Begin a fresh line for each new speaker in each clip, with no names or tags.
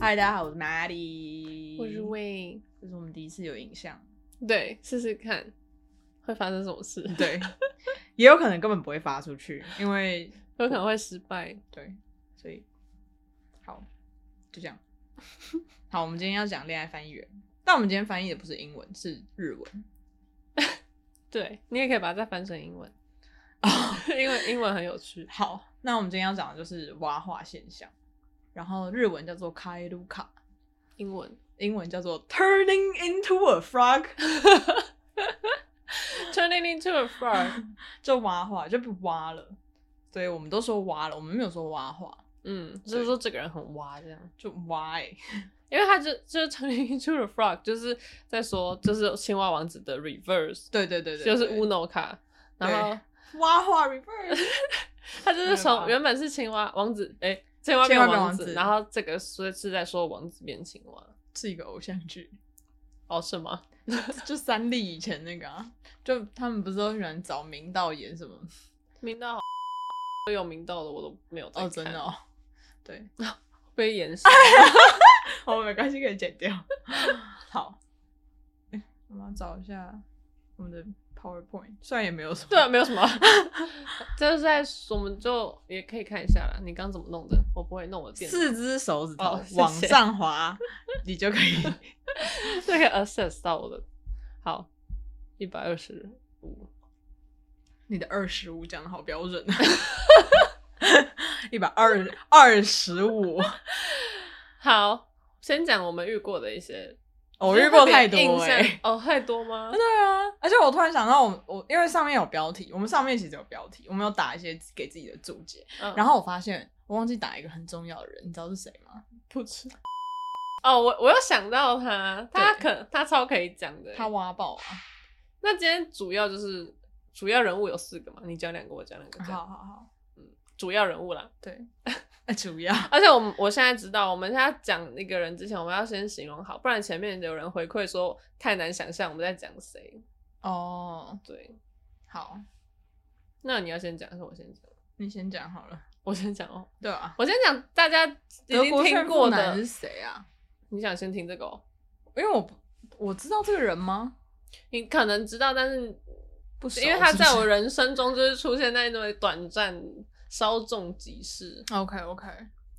嗨，大家好，我是 Maddie，
我是，魏，
这是我们第一次有影像，
对，试试看会发生什么事，
对， 也有可能根本不会发出去，因为
有可能会失败。
对，所以好，就这 样。好，我们今天要讲恋爱翻译员，但我们今天翻译的不是英文，是日文。
对你也可以把它再翻成英文，哦 因为英文很有趣。
好，那我们今天要讲的就是蛙化现象，然后日文叫做开鲁卡，
英文
英文叫做 turning into a frog，
turning into a frog，
就蛙化就被蛙了。对，我们都说蛙了，我们没有说蛙化，
嗯，就是说这个人很蛙这样，
就蛙、欸。
因为他就就是 turning into a frog，就是在说就是青蛙王子的 reverse，
对对对对，
就是
对
Uno 卡，然后
蛙化 reverse，
他就是
对吧
从原本是青蛙王子，哎、青蛙
青
变
蛙
王
变王
子，
子
然后这个是是在说王子变青蛙，
是一个偶像剧，
哦，是吗？
就三立以前那个啊，就他们不是都喜欢找明道演什么？
明道好都有明道的，我都没有在
哦，
看
真的哦，对，
被延伸。
哦，没关系，可以剪掉。 好，诶我们要找一下我们的 PowerPoint，虽然也没有什么，
对啊，没有什么，就是在我们就也可以看一下啦。你刚怎么弄的？我不会弄我的电脑，
四只手指头
哦谢谢
往上滑，你就可以。
这个 access 到我的。好，一百二十五，
你的二十五讲的好标 准啊， 一百二二十五，
好，先讲我们遇过的一些，
我遇过太
就是
多
特别
哎、
印象哦，太多 吗
啊？对啊，而且我突然想到我，我因为上面有标题，我们上面其实有标题，我们有打一些给自己的注解。
嗯
然后我发现我忘记打一个很重要的人，你知道是谁吗？
不吃。哦，我我又想到他，他可他超可以讲的。欸
他挖爆啊！
那今天主要就是主要人物有四个嘛，你讲两个，我讲两个，这样
好好好，
主要人物啦。
对，啊 主要
而且我们我现在知道，我们现在讲那个人之前，我们要先形容好，不然前面有人回馈说太难想象我们在讲谁。
哦，
对，
好，
那你要先讲还是我先讲？
你先讲好了。
我先讲哦，
对啊，
我先讲大家已
德
经
国
听
炫
过
富男
的
是。谁啊？
你想先听这个、哦？
因为我不我知道这个人吗？
你可能知道，但是
不熟
因为他
是不
在
是
我人生中就是出现在那么短暂、稍纵即逝。
OK OK，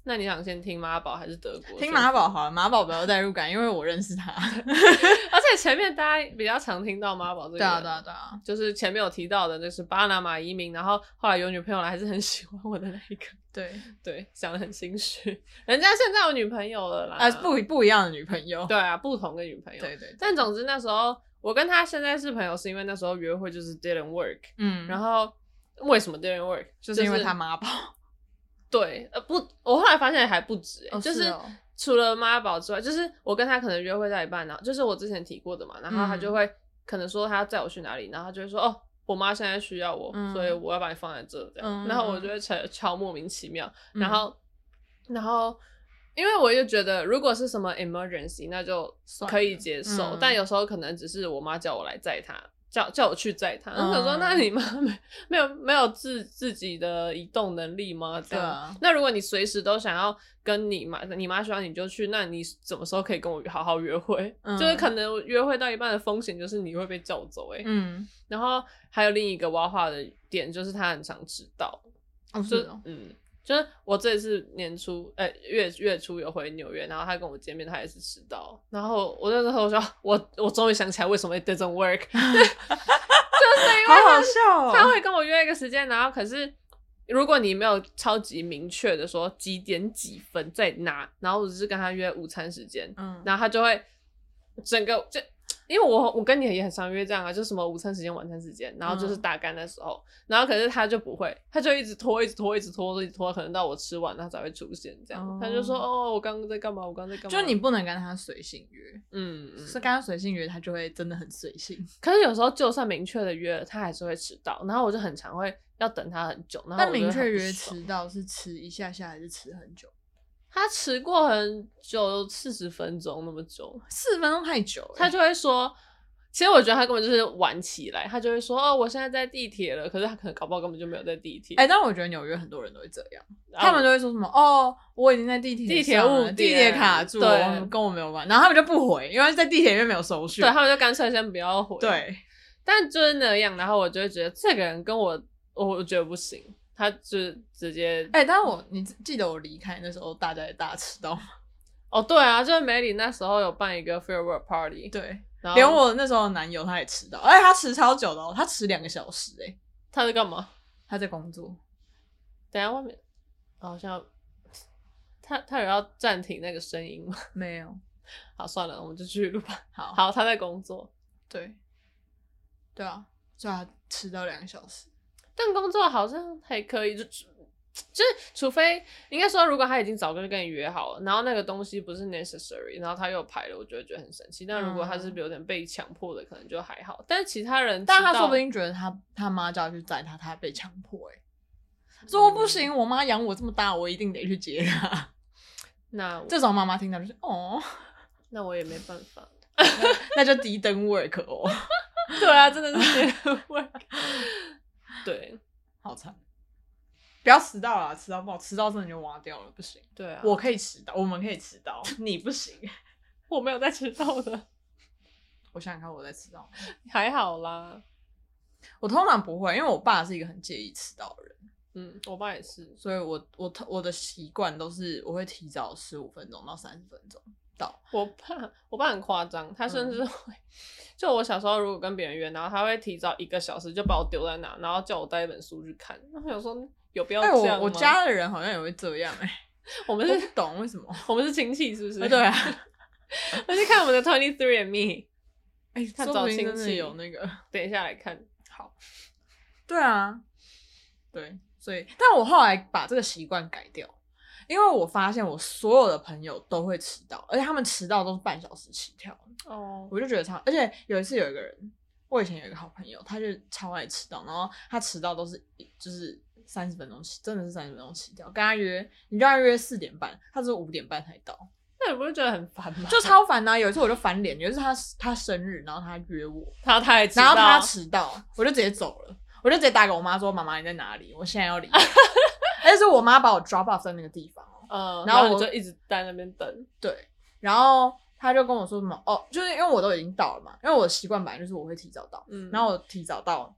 那你想先听马宝还是德国？
听马宝好了，马宝不要代入感，因为我认识他。
而且前面大家比较常听到妈宝这个，
对啊对啊，对啊，
就是前面有提到的，就是巴拿马移民，然后后来有女朋友了，还是很喜欢我的那一个，
对
对，讲的很心虚。人家现在有女朋友了啦，
啊不不一样的女朋友。
对啊，不同的女朋友。
对对，
但总之那时候我跟他现在是朋友，是因为那时候约会就是 didn't work，、
嗯，
然后为什么 didn't work？
就
就是
因为他妈 宝，
对，呃不，我后来发现还不止、欸
哦
就是是
哦
除了妈宝之外，就是我跟他可能约会在一半，然后就是我之前提过的嘛，然后他
嗯
就会可能说他要载我去哪里，然后他就会说哦，我妈现在需要我，
嗯
所以我要把你放在这这样，
嗯
然后我就会超超莫名其妙，
嗯
然后、然后。因为我就觉得，如果是什么 emergency，那就
算了
可以接受。
嗯
但有时候可能只是我妈叫我来载她，叫叫我去载她。
嗯
我想说，那你妈没没有没有自自己的移动能力吗？这
对
样
啊，
那如果你随时都想要跟你妈，你妈喜欢你就去，那你什么时候可以跟我好好约会？
嗯
就是可能约会到一半的风险就是你会被叫走哎、欸
嗯，
然后还有另一个挖话的点就是他很常迟到，
哦
就是
哦，
嗯，就是我这次年初呃月月初有回纽约，然后他跟我见面，他也是迟到，然后我那时候说，我我终于想起来为什么 it doesn't work，就是因为
好
他
好笑哦，
他会跟我约一个时间，然后可是如果你没有超级明确的说几点几分在哪，然后我只是跟他约午餐时间，
嗯，
然后他就会整个就。因为我我跟你也很常约这样啊，就什么午餐时间、晚餐时间，然后就是
嗯
大干的时候，然后可是他就不会，他就一直拖、一直拖、一直拖、一直拖，可能到我吃完他才会出现这样。
哦
他就说：“哦，我刚刚在干嘛？我刚刚在干嘛？”
就你不能跟他随性约，
嗯，嗯
是跟他随性约，他就会真的很随性。
可是有时候就算明确的约了，他还是会迟到，然后我就很常会要等他很久，然后
但
我就会
明确
很不
约
爽
迟到是迟一下下还是迟很久？
他迟过很久，四十分钟那么久，
四分钟太久了，
他就会说，其实我觉得他根本就是玩起来，他就会说哦，我现在在地铁了，可是他可能搞不好根本就没有在地铁。
哎、但我觉得纽约很多人都会这样，
然后
他们都会说什么哦，我已经在啊地铁
地铁
上
误
了
点
地铁卡住，
对
我跟我没有关，然后他们就不回，因为在地铁里面没有收讯
对。他们就干脆先不要回。，
对，
但就是那样，然后我就会觉得这个人跟我，我我觉得不行，他就是直接
哎、但是我你记得我离开那时候大家也大迟到吗？
哦，对啊，就是梅里那时候有办一个 farewell party，，
对，
然后
连我那时候的男友他也迟到，而且他迟超久的、哦，他迟两个小时哎、
他在干嘛？
他在工作，
等一下外面好像他他有要暂停那个声音吗？
没有
好，算了，我们就继续录吧。
好
好，他在工作，
对，对啊，所以他迟到两个小时。
但工作好像还可以，就就是除非应该说，如果他已经早就跟你约好了，然后那个东西不是 necessary，然后他又排了，我就会觉得很生气。但如果他是有点被强迫的，可能就还好。但其他人，
但他说不，定觉得他他妈叫他去载他，他被强迫哎、欸，说不行，我妈养我这么大，我一定得去接她。
那我
这时候妈妈听到就是哦，
那我也没办法。
那就低等 work 哦，
对啊，真的是 对
好惨。不要迟到啦，迟到不好，迟到真的就挖掉了，不行。
对啊，
我可以迟到，我们可以迟到，你不行。
我没有在迟到的，
我想想看，我在迟到吗，
还好啦。
我通常不会，因为我爸是一个很介意迟到的人，
嗯，我爸也是。
所以我我我的习惯都是我会提早十五分钟到三十分钟到。
我爸，我爸很夸张，他
嗯
甚至会，就我小时候如果跟别人约，然后他会提早一个小时就把我丢在那，然后叫我带一本书去看。然后我想说有必要
哎、
这样吗？
我我家的人好像也会这样哎、
我
我
们
不
是，哎
懂为什么。
我们是亲戚是不是？
啊 对啊，
我去看我们的 Twenty Three and Me，
哎、
他
说
找
不定
亲
真的
戚
有那个。
等一下来看。好，
对啊，对，所以，但我后来把这个习惯改掉，因为我发现我所有的朋友都会迟到，而且他们迟到都是半小时起跳，
哦，
我就觉得超。而且有一次有一个人，我以前有一个好朋友，他就超爱迟到，然后他迟到都是一就是三十分钟起，真的是三十分钟起跳。跟他约，你就要约四点半，他是五点半才到，
那你不会觉得很烦吗？
就超烦呐、有一次我就翻脸，有一次他他生日，然后他约我，
他太迟到，
然后他迟到，我就直接走了，我就直接打给我妈说：“妈妈，你在哪里？我现在要离 开。”但是我妈把我 drop off 在那个地方哦。
嗯，
然
然
后
后你
我
就一直在那边等。
对，然后她就跟我说什么哦，就是因为我都已经到了嘛，因为我的习惯本来就是我会提早到，
嗯，
然后我提早到，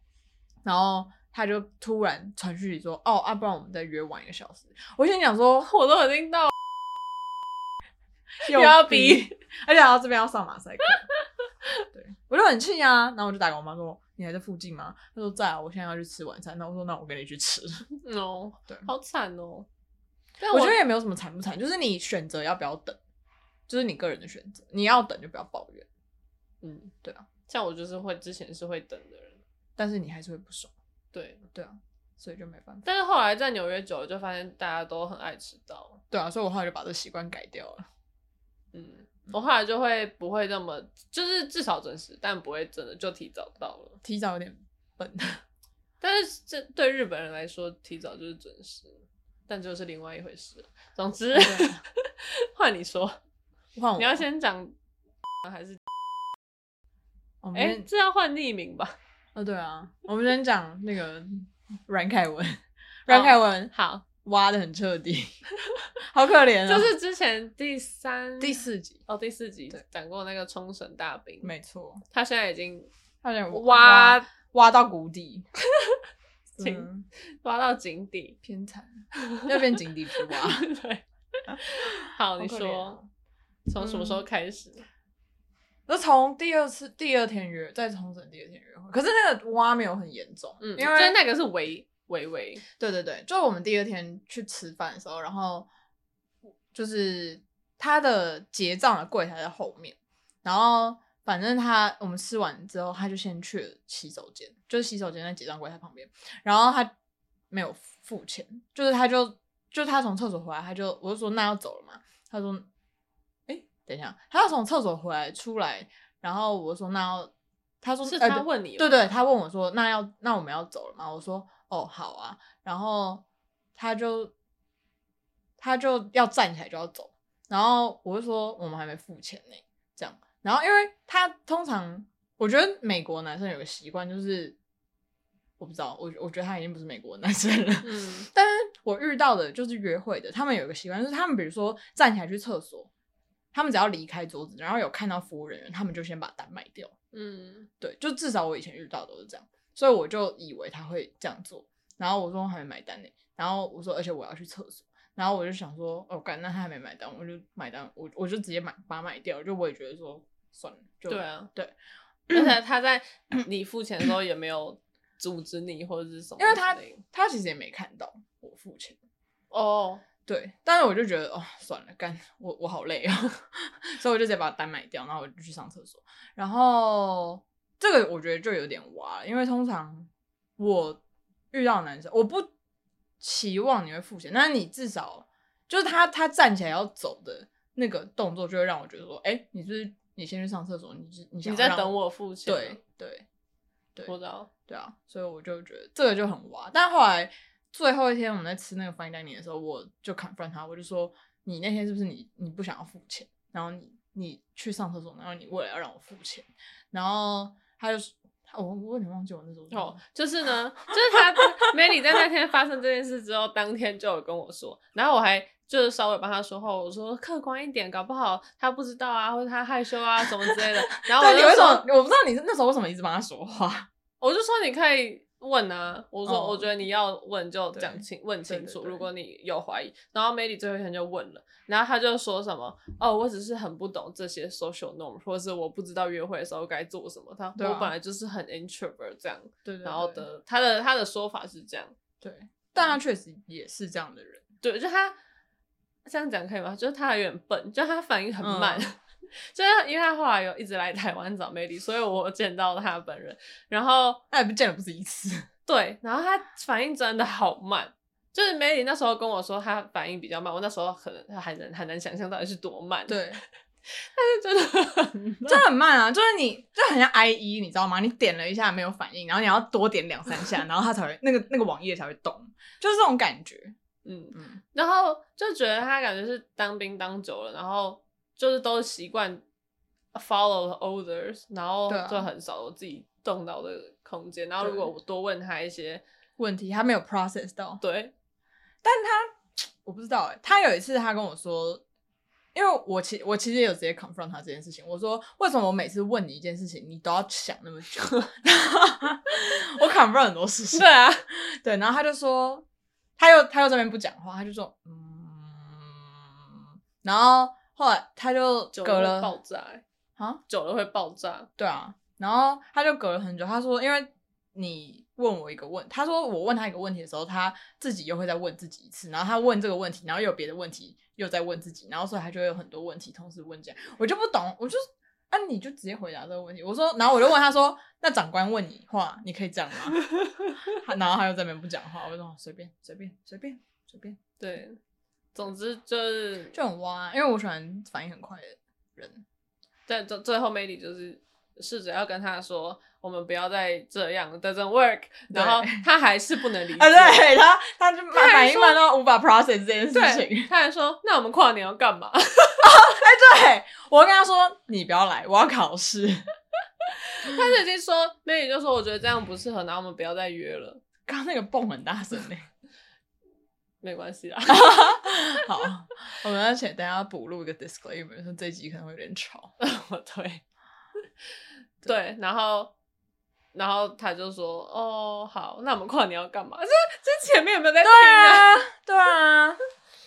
然后她就突然传讯息说：“哦，啊，不然我们再约晚一个小时。”我心里想说，
我都已经到，
又
要
逼
逼，
而且还要这边要上马赛克。 对，我就很气啊，然后我就打给我妈说：“你还在附近吗？”她说：“在啊，我现在要去吃晚餐。”那我说：“那我跟你去吃。”
嗯哦，
对
好惨哦。但
我觉得也没有什么惨不惨，就是你选择要不要等，就是你个人的选择。你要等就不要抱怨，
嗯，
对啊，
像我就是会之前是会等的人，
但是你还是会不爽，
对。
对啊，所以就没办法。
但是后来在纽约久了，就发现大家都很爱迟到。
对啊，所以我后来就把这习惯改掉了。
嗯，我后来就会不会那么，就是至少准时，但不会真的就提早到了。
提早有点笨，
但是这对日本人来说，提早就是准时，但这就是另外一回事了。总之
对，
换你说，
换我。
你要先讲，
我们
哎、
先，
这要换匿名吧？
哦，对啊，我们先讲那个阮凯文，阮
哦
凯文
好，
挖的很彻底， 好可怜啊、
这是之前第三
第四集，
哦第四集
对
讲过那个冲绳大兵，
没错，
他现在已经
他有点
挖
挖挖到谷底，
请
嗯
挖到井底。
偏惨，要变井底之蛙。
啊对，好，你
好可怜嗯哦
说从什么时候开始？
那从第二次第二天约，再重整第二天约会，可是那个蛙没有很严重，
嗯，
因
就是
为
那个是维维维，
对对对，就我们第二天去吃饭的时候，然后就是他的结账的柜台在后面，然后反正他我们吃完之后，他就先去了洗手间，就是洗手间在结账柜台旁边，然后他没有付钱，就是他就就他从厕所回来，他就我就说那要走了嘛，他说，哎、等一下，他要从厕所回来出来，然后我说那要，他说
是
呃
他
对
问你、
对对，，他问我说：“那要那我们要走了吗？”我说：“哦，好啊。”然后他就他就要站起来就要走，然后我就说：“我们还没付钱呢。”这样，然后因为他通常我觉得美国男生有个习惯，就是我不知道，我我觉得他已经不是美国男生了。
嗯，
但是我遇到的就是约会的，他们有一个习惯，就是他们比如说站起来去厕所，他们只要离开桌子，然后有看到服务人员，他们就先把单卖掉。
嗯，
对，就至少我以前遇到都是这样，所以我就以为他会这样做。然后我说我还没买单呢，然后我说而且我要去厕所，然后我就想说哦，干，那他还没买单，我就买单，我我就直接买把它买掉，就我也觉得说算了，就
对啊，
对，
而且他在你付钱的时候也没有阻止你或者是什么之类的，
因为他他其实也没看到我付钱，
哦，
对，但是我就觉得哦，算了，干我我好累哦， 所以我就直接把单买掉，然后我就去上厕所。然后这个我觉得就有点哇了，因为通常我遇到的男生，我不期望你会付钱，但是你至少就是他他站起来要走的那个动作，就会让我觉得说，哎、你是不是你先去上厕所，你是你想
你
要
在
让
等我付钱，啊
对，对对，
我知道，
对啊，所以我就觉得这个就很哇。但后来最后一天我们在吃那个 fine dining 的时候，我就 confront 他，我就说你那天是不是你你不想要付钱，然后你你去上厕所，然后你为了要让我付钱，然后他就说他我我有点忘记我那时候
哦，就是呢，就是他 Melly 在那天发生这件事之后，当天就有跟我说，然后我还就是稍微帮他说话，我说客观一点，搞不好他不知道啊，或者他害羞啊什么之类的。然后我
对，
就
你为什么
说，
我不知道你那时候为什么一直帮他说 话？
我就说你可以问啊，我说
哦
我觉得你要问就讲
对
清问清
对
楚，
对对
如果你有怀疑。然后 Melly 最后一天就问了，然后他就说什么哦，我只是很不懂这些 social norm，或者是我不知道约会的时候该做什么。他、
对啊
我本来就是很 introvert 这样，
对对对
然后的他的他的说法是这样。
对，但他确实也是这样的人，
对，就他这样讲可以吗？就是他有点笨，就他反应很慢。
嗯
就是因为他后来有一直来台湾找魅力，所以我见到他本人。然后
他也不见了不止一次。
对，然后他反应真的好慢。就是梅里那时候跟我说他反应比较慢，我那时候可能很难很难想象到底是多慢。，
对，
但是真的很慢
这很慢啊，就是你就很像 IE，你知道吗？你点了一下没有反应，然后你要多点两三下，然后它才会那个那个网页才会动，就是这种感觉。
嗯，
嗯，
然后就觉得他感觉是当兵当久了，然后就是都习惯 follow orders，然后
对啊
就很少有自己动脑的空间。然后如果我多问他一些，
问题他没有 process 到，
对，
我不知道哎、他有一次他跟我说，因为我其我其实也有直接 confront 他这件事情，我说为什么我每次问你一件事情，你都要想那么 久？ 我 confront 很多事情
对，啊，
对，然后他就说，他又他又这边不讲话，他就说，嗯，然后后来他就
久
隔
了会
了
爆炸、欸，
啊，
久了会爆炸。
对啊，然后他就隔了很久，他说因为你问我一个问，他说我问他一个问题的时候，他自己又会再问自己一次，然后他问这个问题，然后又有别的问题又在问自己，然后所以他就会有很多问题同时问这样，我就不懂，我就啊你就直接回答这个问题，我说，然后我就问他说，那长官问你话，你可以这样吗？他然后他又在那边不讲话，我就说哦随便随便随便随便，
对，总之就是，
嗯就很哇，因为我喜欢反应很快的人，
但最最后 m a y 就是试着要跟他说，我们不要再这样了，doesn't work。然后他还是不能理解。
啊对他他就
他还
反应
说
慢到无法 process 这件事情
对，。他还说：“那我们跨年要干嘛？”
对，我跟他说你不要来，我要考试。
他就已经说，美女就说我觉得这样不适合，然后我们不要再约了，
刚刚那个蹦很大声嘞。
没关系啦。
好，我们而且等一下补录一个 disclaimer，说这一集可能会有点 吵。
我哦对，对，然后然后他就说，哦，好，那我们跨年要干嘛？ 这这前面有没有在听啊？，
对啊，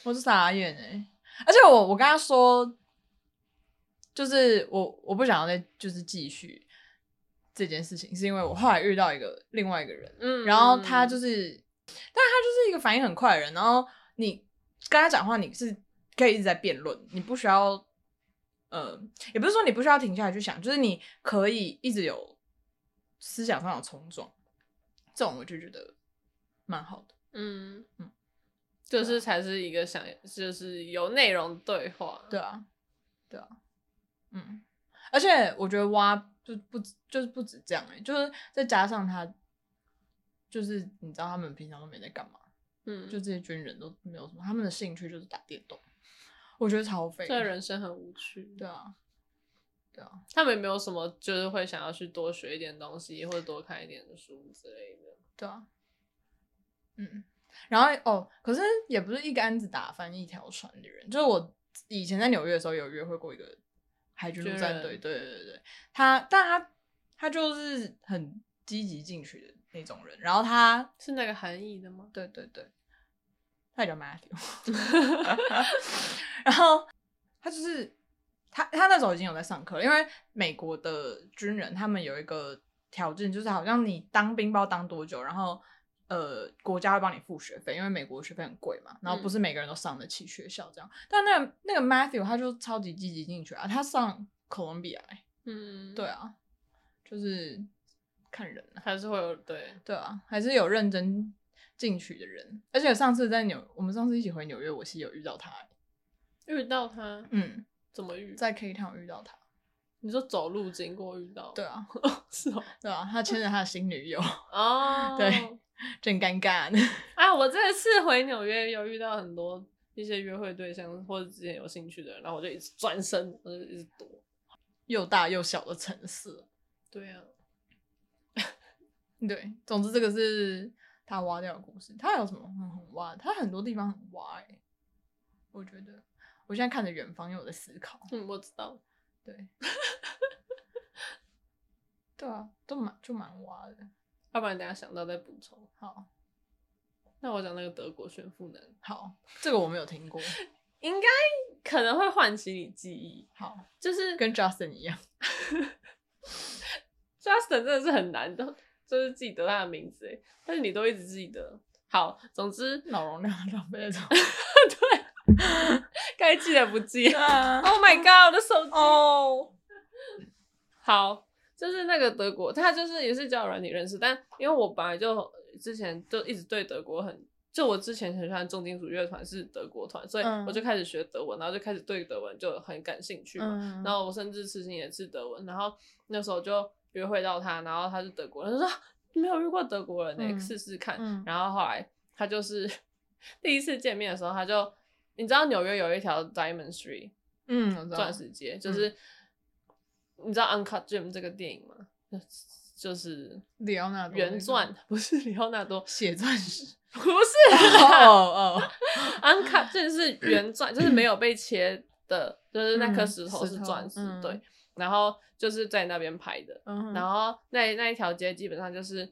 我是傻眼哎、而且我我跟他说，就是我我不想要再就是继续这件事情，是因为我后来遇到一个另外一个人，
嗯
然后他就是，但他就是一个反应很快的人。然后你跟他讲话，你是可以一直在辩论，你不需要，呃，也不是说你不需要停下来去想，就是你可以一直有思想上的冲撞。这种我就觉得蛮好的。
嗯嗯
嗯，啊
就是才是一个想，就是有内容对话。
对啊，对啊，嗯，而且我觉得蛙就不止就是不止这样哎、就是再加上他，就是你知道他们平常都没在干嘛。
嗯，
就
就
这些军人都没有什么，他们的兴趣就是打电动，我觉得超废。
这人生很无趣。
对啊，对啊，
他们也没有什么就是会想要去多学一点东西，或者多看一点书之类的。
对啊，嗯，然后哦，可是也不是一竿子打翻一条船的人，就是我以前在纽约的时候有约会过一个海军陆战队，
军人
对对对对，他，但他他就是很积极进取的那种人，然后他，
是那个含义的吗？
对对对，他也叫 Matthew，然后他就是他他那时候已经有在上课了，因为美国的军人他们有一个条件，就是好像你当兵不知道当多久，然后呃国家会帮你付学费，因为美国学费很贵嘛，然后不是每个人都上得起学校这样。但那个那个 Matthew 他就超级积极进取啊，他上哥伦比亚，
嗯，
对，啊，就是看人啊，
还是会有对，
对啊，还是有认真。进取的人，而且上次在纽，我们上次一起回纽约，我是有遇到他、欸
遇到他
嗯，
怎么遇？
在 K Town 遇到他，
你说走路经过遇到？
对，啊，
是哦，
对啊，他牵着他的新女友，
哦，
对，真尴尬呢。
啊，我这次回纽约有遇到很多一些约会对象或者之前有兴趣的人，然后我就一直转身，我就一直躲。
又大又小的城市，
对啊，
对，总之这个是他挖掉的故事。他有什么很很挖？他很多地方很挖哎、我觉得我现在看着远方，因为我在思考。
嗯，我知道。
对， 对啊，都蛮就蛮挖的。
要不然等一下想到再补充。
好，
那我讲那个德国炫富男，
好，这个我没有听过。
应该可能会唤起你记忆，
好，
就是
跟 Justin 一样，
Justin 真的是很难的，就是记得他的名字哎，但是你都一直记得。好，总之
脑容量浪费那种。
该记得不记。
啊
oh my god，我的手机。
哦，
好，就是那个德国，他就是也是交友软体认识，但因为我本来就之前就一直对德国很，就我之前很喜欢重金属乐团是德国团，所以
嗯
我就开始学德文，然后就开始对德文就很感兴趣嘛。
嗯，
然后我甚至痴情也是德文，然后那时候就约会到他，然后他是德国人，他说啊没有遇过德国人呢、欸
嗯
试试看。
嗯
然后后来他就是 第一次见面的时候，他就你知道纽约有一条 Diamond Street
嗯，我知道嗯
钻石街，就是、你知道 Uncut Gem 这个电影吗？就是
里奥纳多那
原
个
钻，不是里奥纳多，
血钻石。
不是啊
哦
啦
哦，
，Uncut 就是原钻，就是没有被切的，就是那颗
嗯
石头
石
是
头
钻石，
嗯
对。然后就是在那边拍的，
嗯
然
后
后那那一条街基本上就是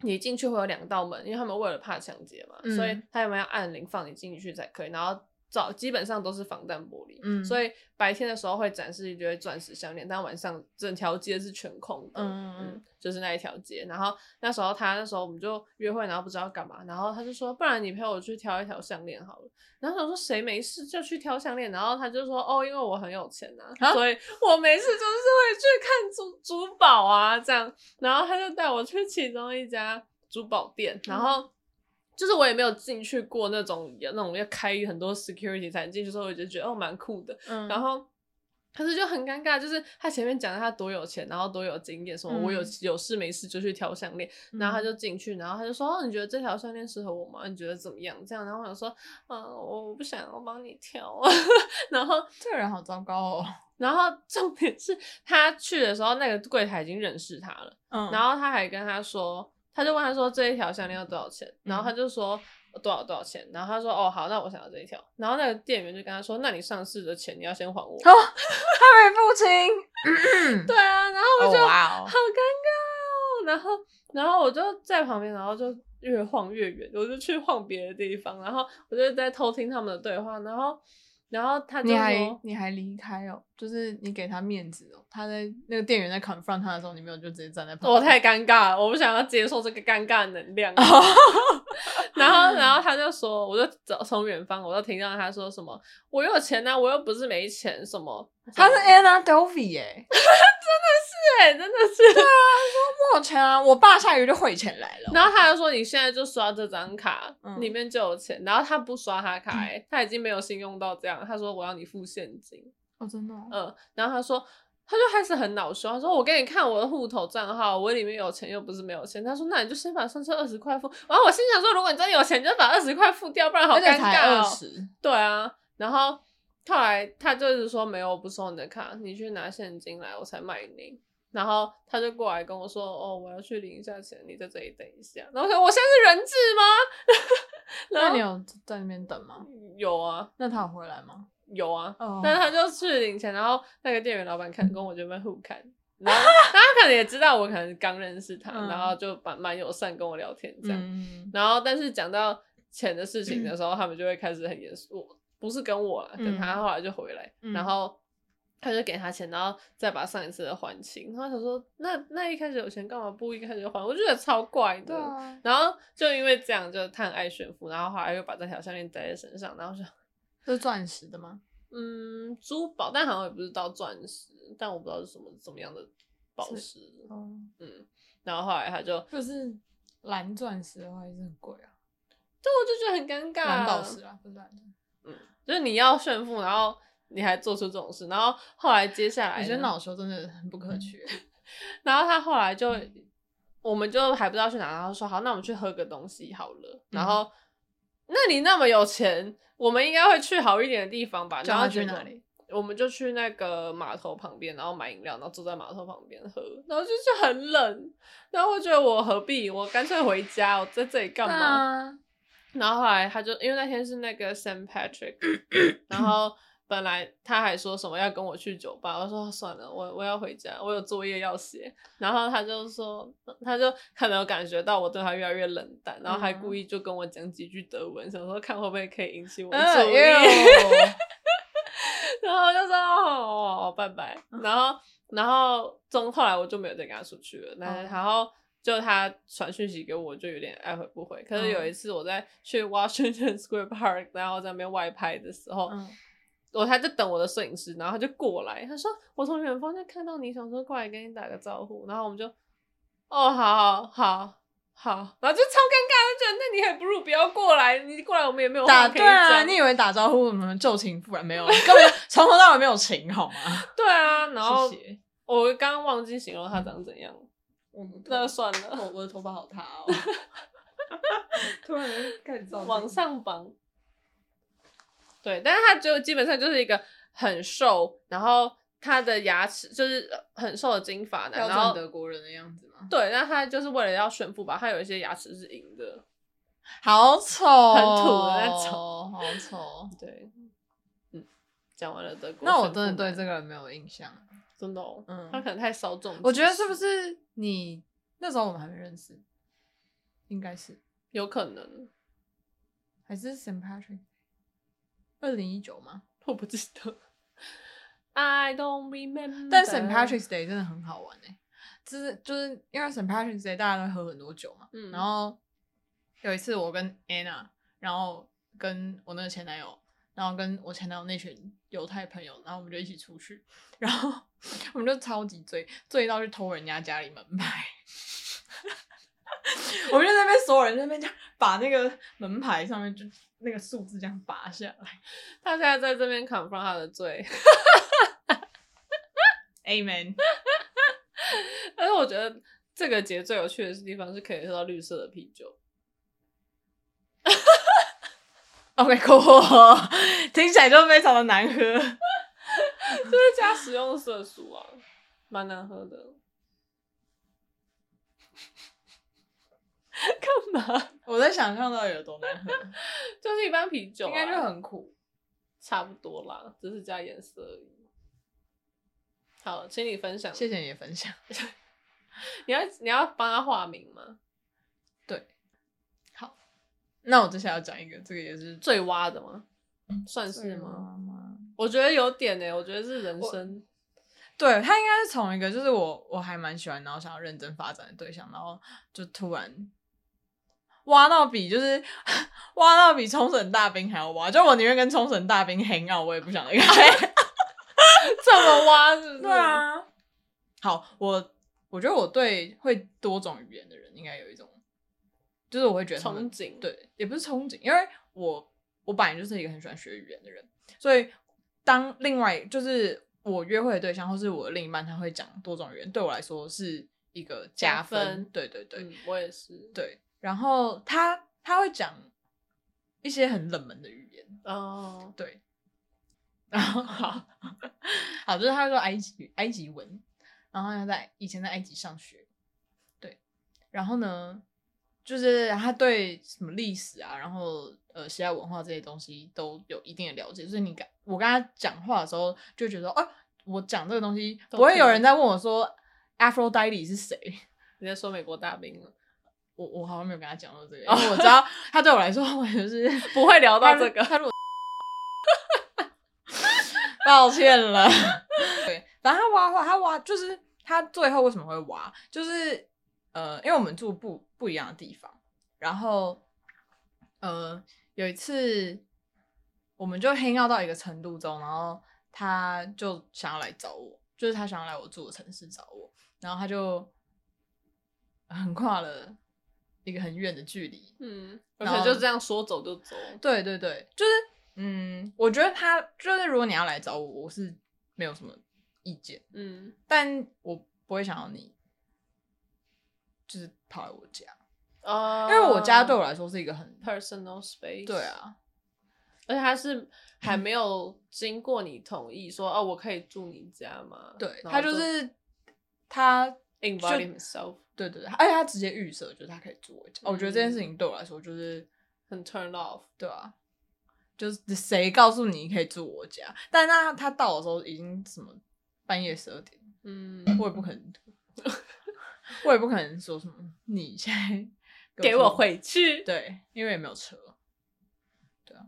你进去会有两道门，因为他们为了怕抢劫嘛，
嗯
所以他们要按铃放你进去才可以。然后早基本上都是防弹玻璃，
嗯
所以白天的时候会展示一堆钻石项链，但晚上整条街是全空的，
嗯嗯嗯
就是那一条街。然后那时候他那时候我们就约会，然后不知道干嘛，然后他就说，不然你陪我去挑一条项链好了。然后想说谁没事就去挑项链，然后他就说哦，因为我很有钱呐、
啊
所以我没事就是会去看珠珠宝啊这样。然后他就带我去其中一家珠宝店，
嗯
然后就是我也没有进去过那种那种要开很多 security 才能进去，所以我就觉得哦蛮酷的。
嗯
然后。可是就很尴尬，就是他前面讲他多有钱，然后多有经验，什么
嗯
我有有事没事就去挑项链，然后他就进去，然后他就说：“哦，你觉得这条项链适合我吗？你觉得怎么样？”这样，然后我想说：“嗯，我我不想要帮你挑。” 然后，
这个人好糟糕哦，
然后重点是他去的时候，那个柜台已经认识他了，
嗯
然后他还跟他说，他就问他说这一条项链要多少钱，
嗯
然后他就说多少多少钱，然后他说哦好，那我想要这一条，然后那个店员就跟他说，那你上市的钱你要先还我。
哦他没父亲，哦
对啊，然后我就、
哇
好尴尬哦。然后，然后我就在旁边，然后就越晃越远，我就去晃别的地方，然后我就在偷听他们的对话，然后，然后他就
你还
说，
你还离开哦，就是你给他面子哦，他在那个店员在 confront 他的时候，你没有就直接站在旁边，
我哦太尴尬了，我不想要接受这个尴尬能量。
哦
然后，然后他就说，我就走从远方，我就听到他说什么，我有钱呐、我又不是没钱，什么，
他是 Anna Delvey 耶，
对，真的 是。
我有钱啊，我爸下雨就汇钱来了，
然后他就说：“你现在就刷这张卡，
嗯
里面就有钱。”然后他不刷他卡、欸，他已经没有信用到这样。他说：“我要你付现金。
哦真的哦，”
嗯，然后他说，他就开始很恼羞，他说：“我给你看我的户头账号，我里面有钱又不是没有钱。”他说：“那你就先把上车二十块付。”然后我心想说：“如果你真的有钱，你就把二十块付掉，不然好
而且
尴
才
尬
二
哦。
十，”
对啊，然后后来他就是说没有，我不收你的卡，你去拿现金来，我才卖你。然后他就过来跟我说，哦，我要去领一下钱，你在这里等一下。然后我说，我现在是人质吗？
那你有在那边等吗？
有啊，
那他有回来吗？
有啊，
哦
但是他就去领钱，然后那个店员老板看跟我这边互看，然后 然后他可能也知道我可能刚认识他，
嗯
然后就蛮蛮友善跟我聊天这样。
嗯，
然后但是讲到钱的事情的时候，他们就会开始很严肃，不是跟我啦，啊跟他
嗯
后来就回来，
嗯
然后他就给他钱，然后再把上一次的还清。然后他想说，那那一开始有钱干嘛不一开始就还？我就觉得超怪的。
对啊，
然后就因为这样，就他很爱炫富，然后后来又把这条项链戴在身上，然后就
这是钻石的吗？
嗯珠宝，但好像也不是到钻石，但我不知道是什么怎么样的宝
是
石，
哦，
嗯。然后后来他就，但
就是蓝钻石的话还是很贵啊，
我就觉得很尴尬，
蓝宝石啊，不是蓝钻石。
就是你要炫富，然后你还做出这种事，然后后来接下来
我
呢，
觉得恼羞真的嗯很不可取。
然后他后来就，
嗯
我们就还不知道去哪，然后说好，那我们去喝个东西好了。
嗯
然后，那你那么有钱，我们应该会去好一点的地方吧？
叫
然
他
后
去
结果
哪里？
我们就去那个码头旁边，然后买饮料，然后坐在码头旁边喝，然后就是很冷，然后我觉得我何必，我干脆回家，我在这里干嘛？
嘛？
然后后来他就因为那天是那个 St. Patrick，然后本来他还说什么要跟我去酒吧，我说哦算了，我我要回家，我有作业要写。然后他就说，他就可能有感觉到我对他越来越冷淡，然后还故意就跟我讲几句德文，想说看会不会可以引起我的注意。 然后我就说哦，拜拜。然后，然后中后来我就没有再跟他出去了。那、
哦
然后就他传讯息给我，我就有点爱回不回。可是有一次我在去 Washington Square Park，然后在那边外拍的时候，
嗯
我还在等我的摄影师，然后他就过来，他说我从远方就看到你，想说过来跟你打个招呼。然后我们就哦，好好好。好，然后就超尴尬，就觉得那你还不如不要过来，你过来我们也没有话
打
可以
对
讲。
啊，你以为打招呼我们旧情复燃没有？啊 根本从头到尾没有情好吗？
对啊，然后
谢谢
我刚刚忘记形容他长怎样，
我
那算了，
我我的头发好塌 哦，突然开始造
往上榜。对，但是他就基本上就是一个很瘦，然后他的牙齿就是很瘦的金发男，
标
然后
准德国人的样子吗？
对，那他就是为了要炫富吧，他有一些牙齿是银的，
好丑哦，
很土的那种
好丑。
对，嗯，讲完了德国，
那我真的对这个人没有印象。
真的、哦，
嗯
他可能太稍纵即逝，
我觉得是不是你那时候我们还没认识？应该是
有可能，
还是 St. Patrick？二零一九吗？
我不记得。I don't remember。
但 St. Patrick's Day 真的很好玩哎、就是就是因为 St. Patrick's Day 大家都会喝很多酒嘛，
嗯
然后有一次我跟 Anna，然后跟我那个前男友，然后跟我前男友那群犹太朋友，然后我们就一起出去，然后我们就超级醉，醉到去偷人家家里门牌。 我们就在那边，所有人在那边这样把那个门牌上面就那个数字这样拔下来。
他现在在这边 confront 他的罪。
Amen。
但是我觉得这个节最有趣的地方是可以喝到绿色的啤酒。
OK，cool，听起来就非常的难喝。
就是加食用色素啊，蛮难喝的。干嘛？
我在想象到底有多难喝，
就是一般啤酒、啊，
应该就很苦。
差不多啦，只是加颜色而已。好，请你分享。
谢谢你的分享。
你要你要帮他化名吗？
对，好， 那我接下来要讲一个，这个也是
最蛙的吗？算是
是
吗？
吗？
我觉得有点欸呢、我觉得是人
我
生。
对他应该是从一个就是我我还蛮喜欢，然后想要认真发展的对象，然后就突然挖到比就是 挖到比冲绳大兵还要挖，就我宁愿跟冲绳大兵 hang out，我也不想离开。
这么蛙是不 是？
对，啊， 好，我我觉得我对会多种语言的人应该有一种，就是我会觉得他
憧
们
憬。，
对，也不是憧憬，因为我我本来就是一个很喜欢学语言的人，所以当另外就是我约会的对象或是我的另一半他会讲多种语言，对我来说是一个
加
加
分
对对对、
嗯，我也是。
对，然后他他会讲一些很冷门的语言，
哦，
对，然好，好，就是他说埃及埃及文，然后他在以前在埃及上学，对，然后呢，就是他对什么历史啊，然后呃希腊文化这些东西都有一定的了解，所以你跟我跟他讲话的时候，就觉得哦、我讲这个东西
都
不会
可以
有人在问我说 Aphrodite 是谁，
你在说美国大兵了，
我我好像没有跟他讲过这个，因为
哦
我知道他对我来说， 我就是
不会聊到这个。
抱歉了。对，反正他挖的话，他挖就是他最后为什么会挖，就是呃，因为我们住不不一样的地方，然后呃有一次我们就 hang out 到一个程度中，然后他就想要来找我，就是他想要来我住的城市找我，然后他就横跨了一个很远的距离，
嗯，而
然后
且就这样说走就走，
对对对，就是嗯，我觉得他就是如果你要来找我，我是没有什么意见，
嗯，
但我不会想要你就是跑来我家，
啊
因为我家对我来说是一个很
personal space，
对，啊，
而且 他是还没有经过你同意说哦，我可以住你家吗？
对
然后
他就是他。
invite himself，
对对对，而且他直接预设就是他可以住我家，我觉得这件事
嗯
情对我来说就是
很 turn off，
对啊，就是谁告诉你可以住我家？但那他到的时候已经什么半夜十二点，
嗯，
我也不可能， 我也不可能说什么。你现在
给
出
我回去，
对，因为也没有车，对啊，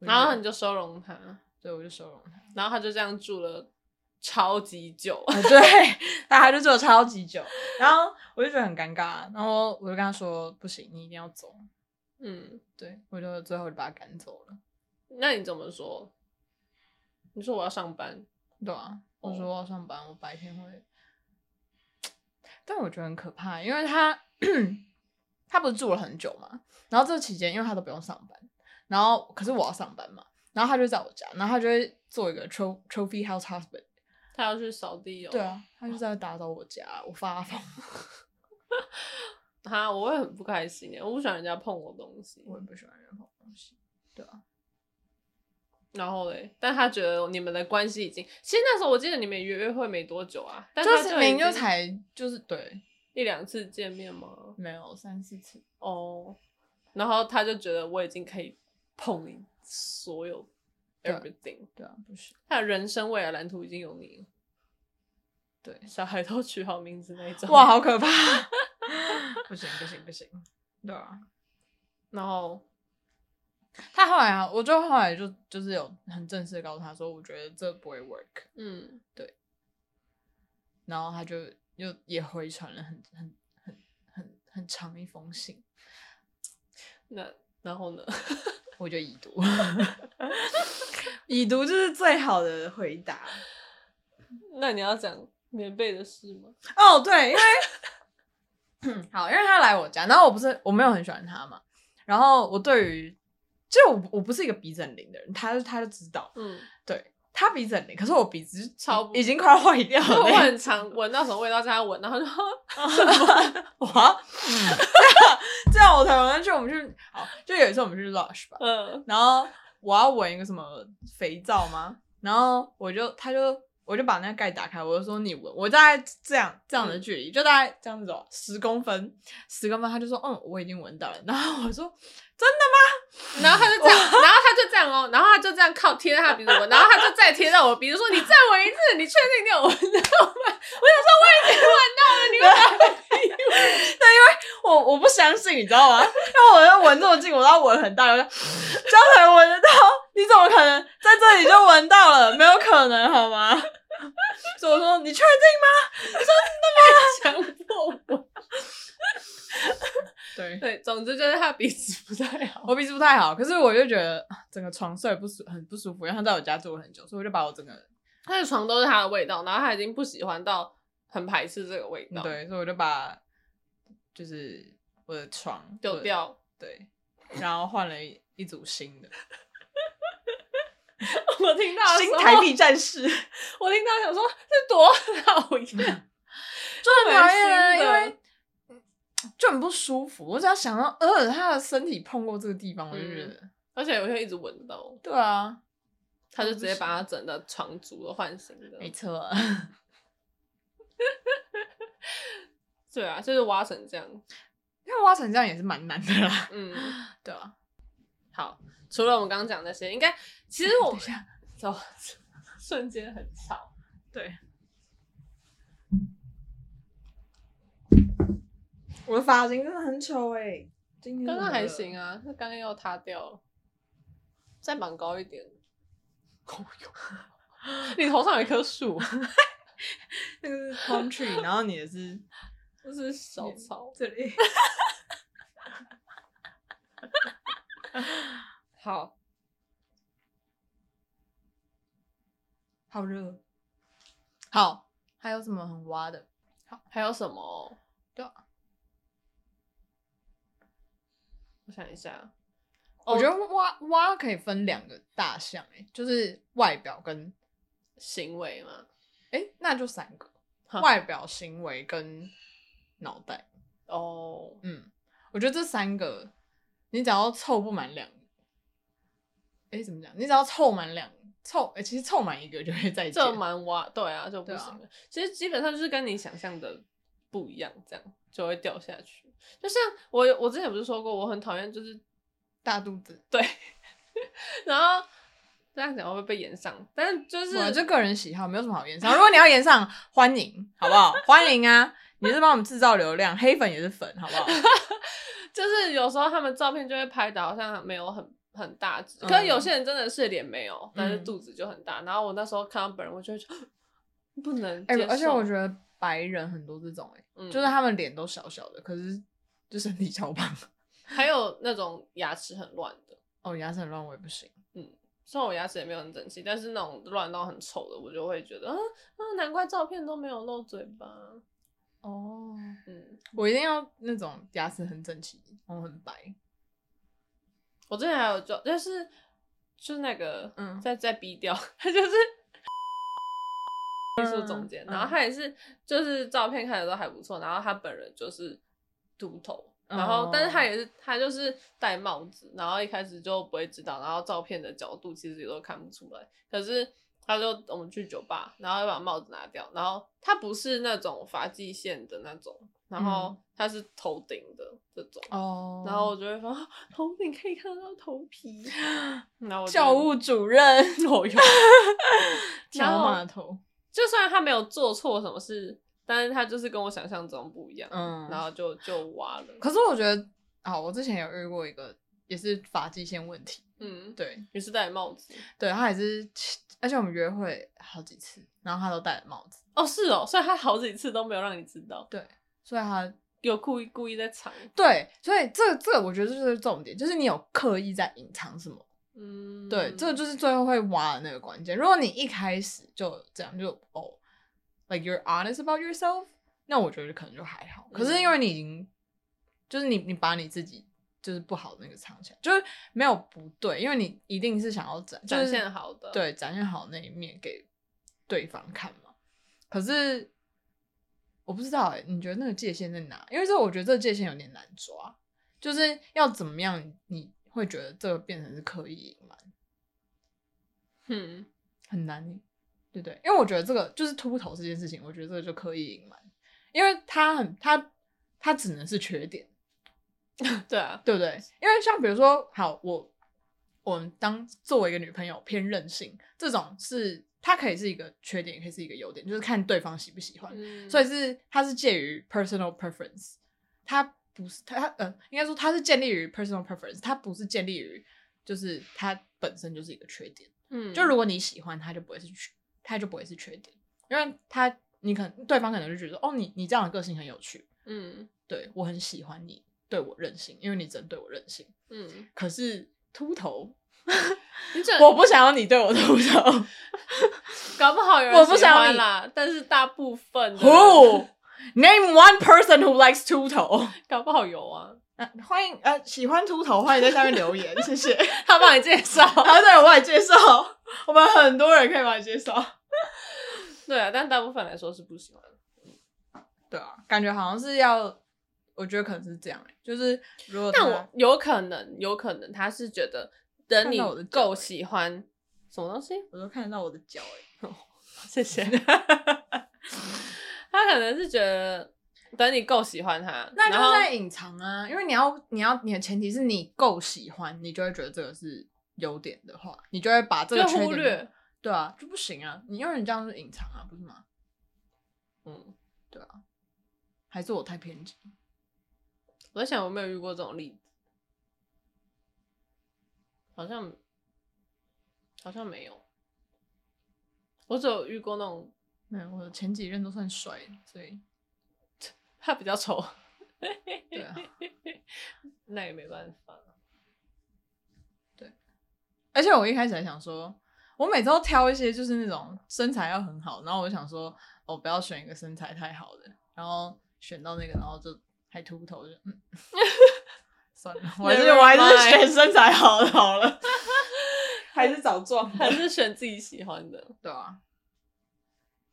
我就
然后
觉
你
得
就收容他，
对我就收容他，
然后他就这样住了超级久，
啊对，但他就坐超级久，然后我就觉得很尴尬，然后我就跟他说不行，你一定要走，
嗯，
对我就最后就把他赶走了，
那你怎么说？你说我要上班，
对啊，我说我要上班，我白天会，但我觉得很可怕，因为他 他不是住了很久嘛，然后这期间因为他都不用上班，然后可是我要上班嘛，然后他就在我家，然后他就会做一个 tro trophy house husband，
他要去扫地哦，
对，啊，他就在打扫我家，我发疯，
他我会很不开心欸耶，我不喜欢人家碰我东西，
我也不喜欢人碰东西，对啊，
然后嘞，但他觉得你们的关系已经，其实那时候我记得你们也约约会没多久啊，但
就
他
是
已
明明就
经
才就是对，
一两次见面吗？
没有三四次，
哦，然后他就觉得我已经可以碰你所有
对
everything，
对啊，不行，
他的人生未来蓝图已经有你了，
对，
小孩都取好名字那一种。
哇，！好可怕， 不行不行不行，对啊。
然后
他后来啊，我就后来就就是有很正式的告诉他说，我觉得这不会 work，
嗯，
然后他就又也回传了很很很很很长一封信，
那然后呢？
我就已读， 已读就是最好的回答。
那你要讲棉被的事吗？
哦，对，因为好，因为他来我家，然后我不是我没有很喜欢他嘛，然后我对于就我我不是一个鼻子很灵的人，他他就知道，
嗯，
对他鼻子很灵，可是我鼻子
超不
已经快要坏掉了
因为 我
那种，
很常闻到什么味道，叫他闻，然后就
哇，这样我才有那去我们去，好，就有一次我们去 Lush 吧，
嗯
然后我要闻一个什么肥皂吗？然后我就他就我就把那个盖打开，我就说你闻，我大概这样这样的距离，就大概这样子走十公分，十公分，他就说嗯我已经闻到了，然后我说真
然后他就这样，然后他就这样哦，然后他就这样靠贴在他鼻子闻，然后他就再贴到我鼻子说：“你再闻一次，你确定你有闻到吗？”
的哦我我不相信你知道吗？因为我要闻这么近，我都要闻很大，我就这样才闻得到， 你怎么可能在这里就闻到了？没有可能好吗？ 所以我说你确
强迫我。
定？对
对，总之就是他鼻子不太好。
我鼻子不太好，可是我就觉得啊整个床睡不舒很不舒服，因为他在我家住了很久，所以我就把我整个
他的床都是他的味道，然后他已经不喜欢到很排斥这个味道，，
对，所以我就把就是我的床
丢，掉。
我的对，然后换了一一组新的
我听到的时候，
币战士，
我听到想说这多讨厌，
真的很讨
蛮
厌，
新
因
的
为就很不舒服。我只要想到，呃，他的身体碰过这个地方，我就觉得，
而且我会一直闻到。
对啊，
他就直接把他整的床租了换新的。
没错，
对啊，就是挖成这样。
因为挖成这样也是蛮难的啦，
嗯，
对啊吧、
好，除了我们刚刚讲那些，应该其实我
等一下，
走，瞬间很吵。
对，我的发型真的很丑哎、今天
刚刚还
啊。
行啊，那刚刚又塌掉了，再绑高一点。哦哟， 你头上有一棵树，
那个是 palm tree，然后你的是
这是小草。
这 里。
好，
好热。好，还有什么很挖的？
好， 还有什么？
对啊
我想一下，
我觉得挖挖可以分两个大项，哎，就是外表跟
行为嘛，
哎、那就三个，
哈
外表、行为跟脑袋。
哦，
嗯，我觉得这三个，你只要凑不满两，哎、怎么讲？你只要凑满两凑，哎、其实凑满一个就会再见。
这蛮挖，对啊，就不
对啊
行了。其实基本上就是跟你想象的不一样，这样就会掉下去。就像我有，我之前不是说过，我很讨厌就是
大肚子，
对，然后这样讲会不会被延上？但是就是
我就个人喜好，没有什么好延上。如果你要延上，欢迎，好不好？欢迎啊！你是帮我们制造流量，黑粉也是粉，好不 好？
就是有时候他们照片就会拍的好像没有很很大只，
嗯
可是有些人真的是脸没有，但是肚子就很大。然后我那时候看到本人，我就会觉得 不能
哎、
接受，
而且我觉得白人很多这种、哎、
嗯
就是他们脸都小小的，可是就身体超胖。
还有那种牙齿很乱的。
哦，牙齿很乱，我也不行。
虽然我牙齿也没有很整齐，但是那种乱到很丑的，我就会觉得，啊啊，难怪照片都没有露嘴巴。
哦，
嗯，
我一定要那种牙齿很整齐，然后很白。
我之前还有就就是就是那个，
嗯
在在逼掉，他就是艺术总监，
嗯
然后他也是就是照片看着都还不错，然后他本人就是秃头。然后，但是他也是，
哦
他就是戴帽子，然后一开始就不会知道，然后照片的角度其实也都看不出来。可是他就我们去酒吧，然后要把帽子拿掉，然后他不是那种发际线的那种，然
嗯
后他是头顶的这种，
哦
然后我就会发现啊头顶可以看得到头 皮，然后我就
教务主任，
我有，然
敲
后
码头。
就算他没有做错什么事，但是他就是跟我想象中不一样，
嗯
然后就就挖了，
可是我觉得，啊，我之前有遇过一个，也是发际线问题。
嗯，
对，
于是戴帽子，
对他也是，而且我们约会好几次，然后他都戴了帽子，
哦是哦，所以他好几次都没有让你知道，
所以他
有故意故意在藏，
对，所以这这我觉得这就是重点，就是你有刻意在隐藏什么。
嗯，
对，这就是最后会挖的那个关键。如果你一开始就这样就哦，like you're honest about yourself，那我觉得可能就还好。可是因为
嗯
你已经，就是你你把你自己就是不好的那个藏起来，就是没有不对，因为你一定是想要展
展
就是
现好的，，
对展现好那一面给对方看嘛。可是我不知道哎、你觉得那个界限在哪？因为这我觉得这个界限有点难抓，就是要怎么样你会觉得这个变成是刻意隐瞒，
嗯，
很难，对不对？因为我觉得这个就是秃头这件事情，我觉得这个就刻意隐瞒，因为他很他他只能是缺点，
对啊，
对不对？因为像比如说，好，我我们当作为一个女朋友偏任性，这种是它可以是一个缺点，也可以是一个优点，就是看对方喜不喜欢。
嗯
所以是它是介于 personal preference，它不是它它呃，应该说它是建立于 personal preference，它不是建立于就是它本身就是一个缺点。
嗯，
就如果你喜欢它，就不会是缺，它就不会是缺点，因为它你可能对方可能就觉得哦，你你这样的个性很有趣，
嗯
对我很喜欢你对我任性，因为你真对我任性。
嗯，
可是秃头，
你这
我不想要你对我秃头。
搞不好有人
我不
喜欢
想你
啦，但是大部分的 人
Who name one person who likes 秃头？
搞不好有啊，
呃欢迎呃，喜欢秃头，欢迎在下面留言，谢谢。
他帮你介 绍。
好，对，我帮你介绍，我们很多人可以帮你介绍。
对啊，但大部分来说是不喜欢。
对啊，感觉好像是要，我觉得可能是这样、欸，就是如果
但
他
我有可能，有可能他是觉得等
啊看
你
到我的脚
够
了
喜欢什么东 西？
我都看得到我的脚欸
哦谢谢。他可能是觉得等你够喜欢他，
那就
然后
在隐藏啊，因为你要你要你的前提是你够喜欢，你就会觉得这个是优点的话，你就会把这个
就
缺
忽
点
略。
对啊，就不行啊！你因为你这样是隐藏啊，不是吗？啊
嗯，
还是我太偏激？
我在想有没有遇过这种例子，好像好像没有，我只有遇过那种
没有，我的前几任都算帅的，所 以
他比较丑，
对啊。
那也没办法。
而且我一开始还想说，我每次都挑一些就是那种身材要很好，然后我就想说，哦，不要选一个身材太好的，然后选到那个，然后就还秃头，就嗯， 算了，我还是
Never
我还是
mind
选身材好的好 了，还是找壮
还是选自己喜欢的。
对啊，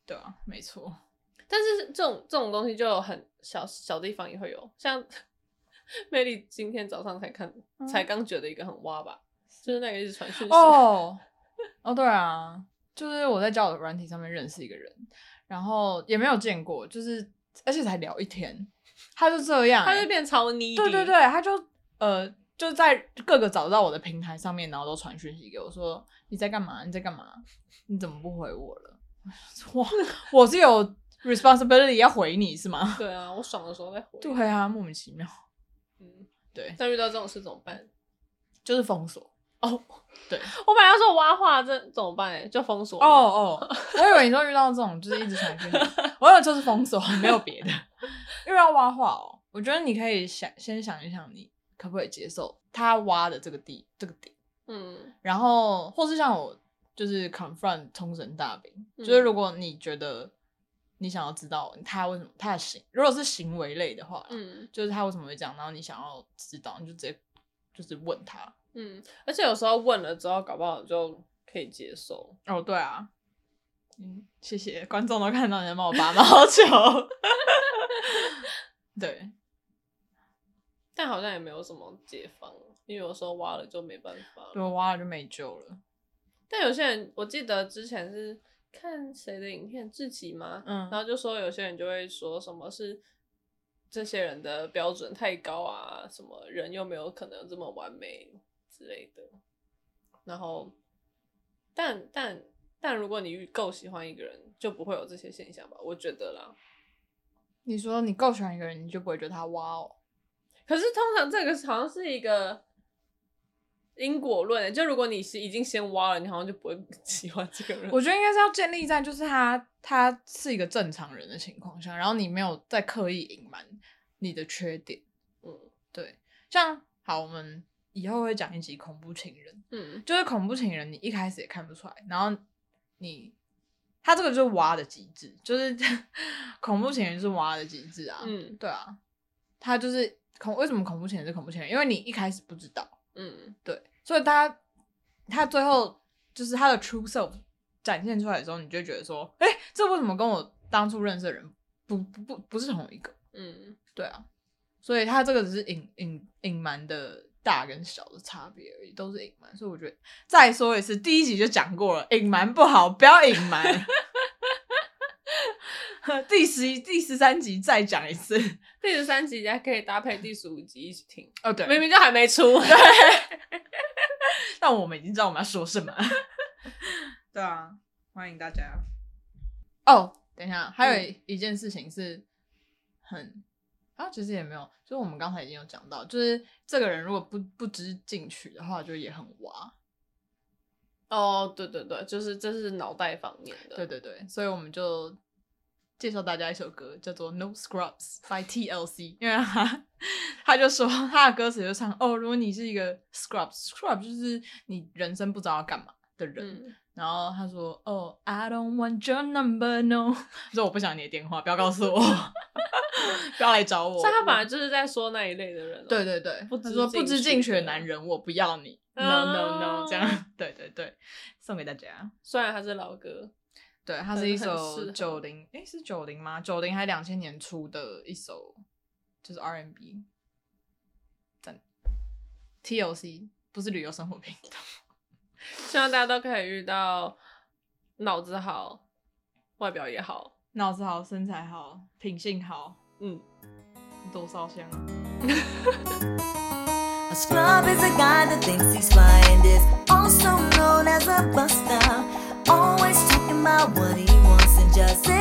对啊，没错，
但是这种这种东西就有很小小地方也会有，像 魅力今天早上才看，
嗯
才刚觉得一个很哇吧，就是那个一直传讯息，
哦， 哦，对啊，就是我在交友软体上面认识一个人，然后也没有见过，就是而且才聊一天，他就这样欸、
他就变超腻。
对对对，，他就呃就在各个找到我的平台上面，然后都传讯息给我说你在干嘛？你在干嘛？你怎么不回我了？ 哇，我是有 responsibility 要回你是吗？
对啊，我爽的时候再回。
对啊，莫名其妙，
嗯，
对，
但遇到这种事怎么办？
就是封锁。
哦，
对
我本来要说挖话，这怎么办？哎，就封锁
哦。哦， 我以为你说遇到这种就是一直传讯息，我以为就是封锁，没有别的。 因为要挖话哦，我觉得你可以想先想一想，你可不可以接受他挖的这个地这个点。
嗯，
然后或是像我就是 confront 冲绳大兵，
嗯
就是如果你觉得你想要知道他为什么他的行，如果是行为类的话，
嗯
就是他为什么会这样，然后你想要知道，你就直接就是问他。
嗯，而且有时候问了之后，搞不好就可以接受。
哦，对啊，嗯，谢谢观众都看到你在帮我 拔毛球。对，
但好像也没有什么解放，因为有时候挖了就没办法了。
对，挖了就没救了。
但有些人，我记得之前是看谁的影片，自己吗？
嗯
然后就说有些人就会说什么是这些人的标准太高啊，什么人又没有可能这么完美之类的。然后，但但但如果你遇够喜欢一个人，就不会有这些现象吧？我觉得啦。
你说你够喜欢一个人，你就不会觉得他挖哦。
可是通常这个好像是一个因果论、欸就如果你是已经先挖了，你好像就不会 喜欢这个人。
我觉得应该是要建立在就是他他是一个正常人的情况下，然后你没有在刻意隐瞒你的缺点。
嗯
对，像好，我们以后会讲一集恐怖情人，
嗯
就是恐怖情人，你一开始也看不出来，然后你他这个就是挖的极致，就是 恐怖情人是挖的极致啊。
嗯
对啊，他就是恐为什么恐怖情人是恐怖情人？因为你一开始不知道，
嗯
对，所以他他最后就是他的 true self 展现出来的时候，你就会觉得说，哎、这为什么跟我当初认识的人不不不不是同一个？
嗯。
对啊，所以他这个只是隐隐隐瞒的大跟小的差别而已，都是隐瞒。所以我觉得再说一次，第一集就讲过了，隐瞒不好，不要隐 瞒。第十一、第十三集再讲一次。
第十三集还可以搭配第十五集一起听，
哦，对，
明明就还没出。
但我们已经知道我们要说什么。 对啊，欢迎大家。嗯哦，等一下，还有一一件事情是很啊，其实也没有，就是我们刚才已经有讲到，就是这个人如果不不知进取的话，就也很哇。
哦，对对对，就是这是脑袋方面的。
对对对，所以我们就介绍大家一首歌，叫做《No Scrubs》by TLC，因为他他就说他的歌词就唱哦，如果你是一个 Scrubs，Scrub 就是你人生不知道要干嘛的人，
嗯，
然后他说：“哦、i don't want your number no。”他 说：“我不想你的电话，不要告诉我， 不要来找我。”
所以他本来就是在说那一类的人、哦。
对，对对，
不
他
知
说
进
不知
取
进取的嗯
的
男人，我不要你。No
啊
no no，、这样对对对，送给大家。
虽然他是老歌，
对，它
很
是一
很适
首
合
九零，诶，是九零吗？九零还两千年初的一首，就是 R&B。赞，TLC 不是旅游生活频道。
希望大家都可以遇到脑子好、外表也好，
脑子好，身材好，品性好，
嗯，
多烧香。啊
A scrub is a guy that thinks he's flying, is also known as a buster. Always talking about what he wants and just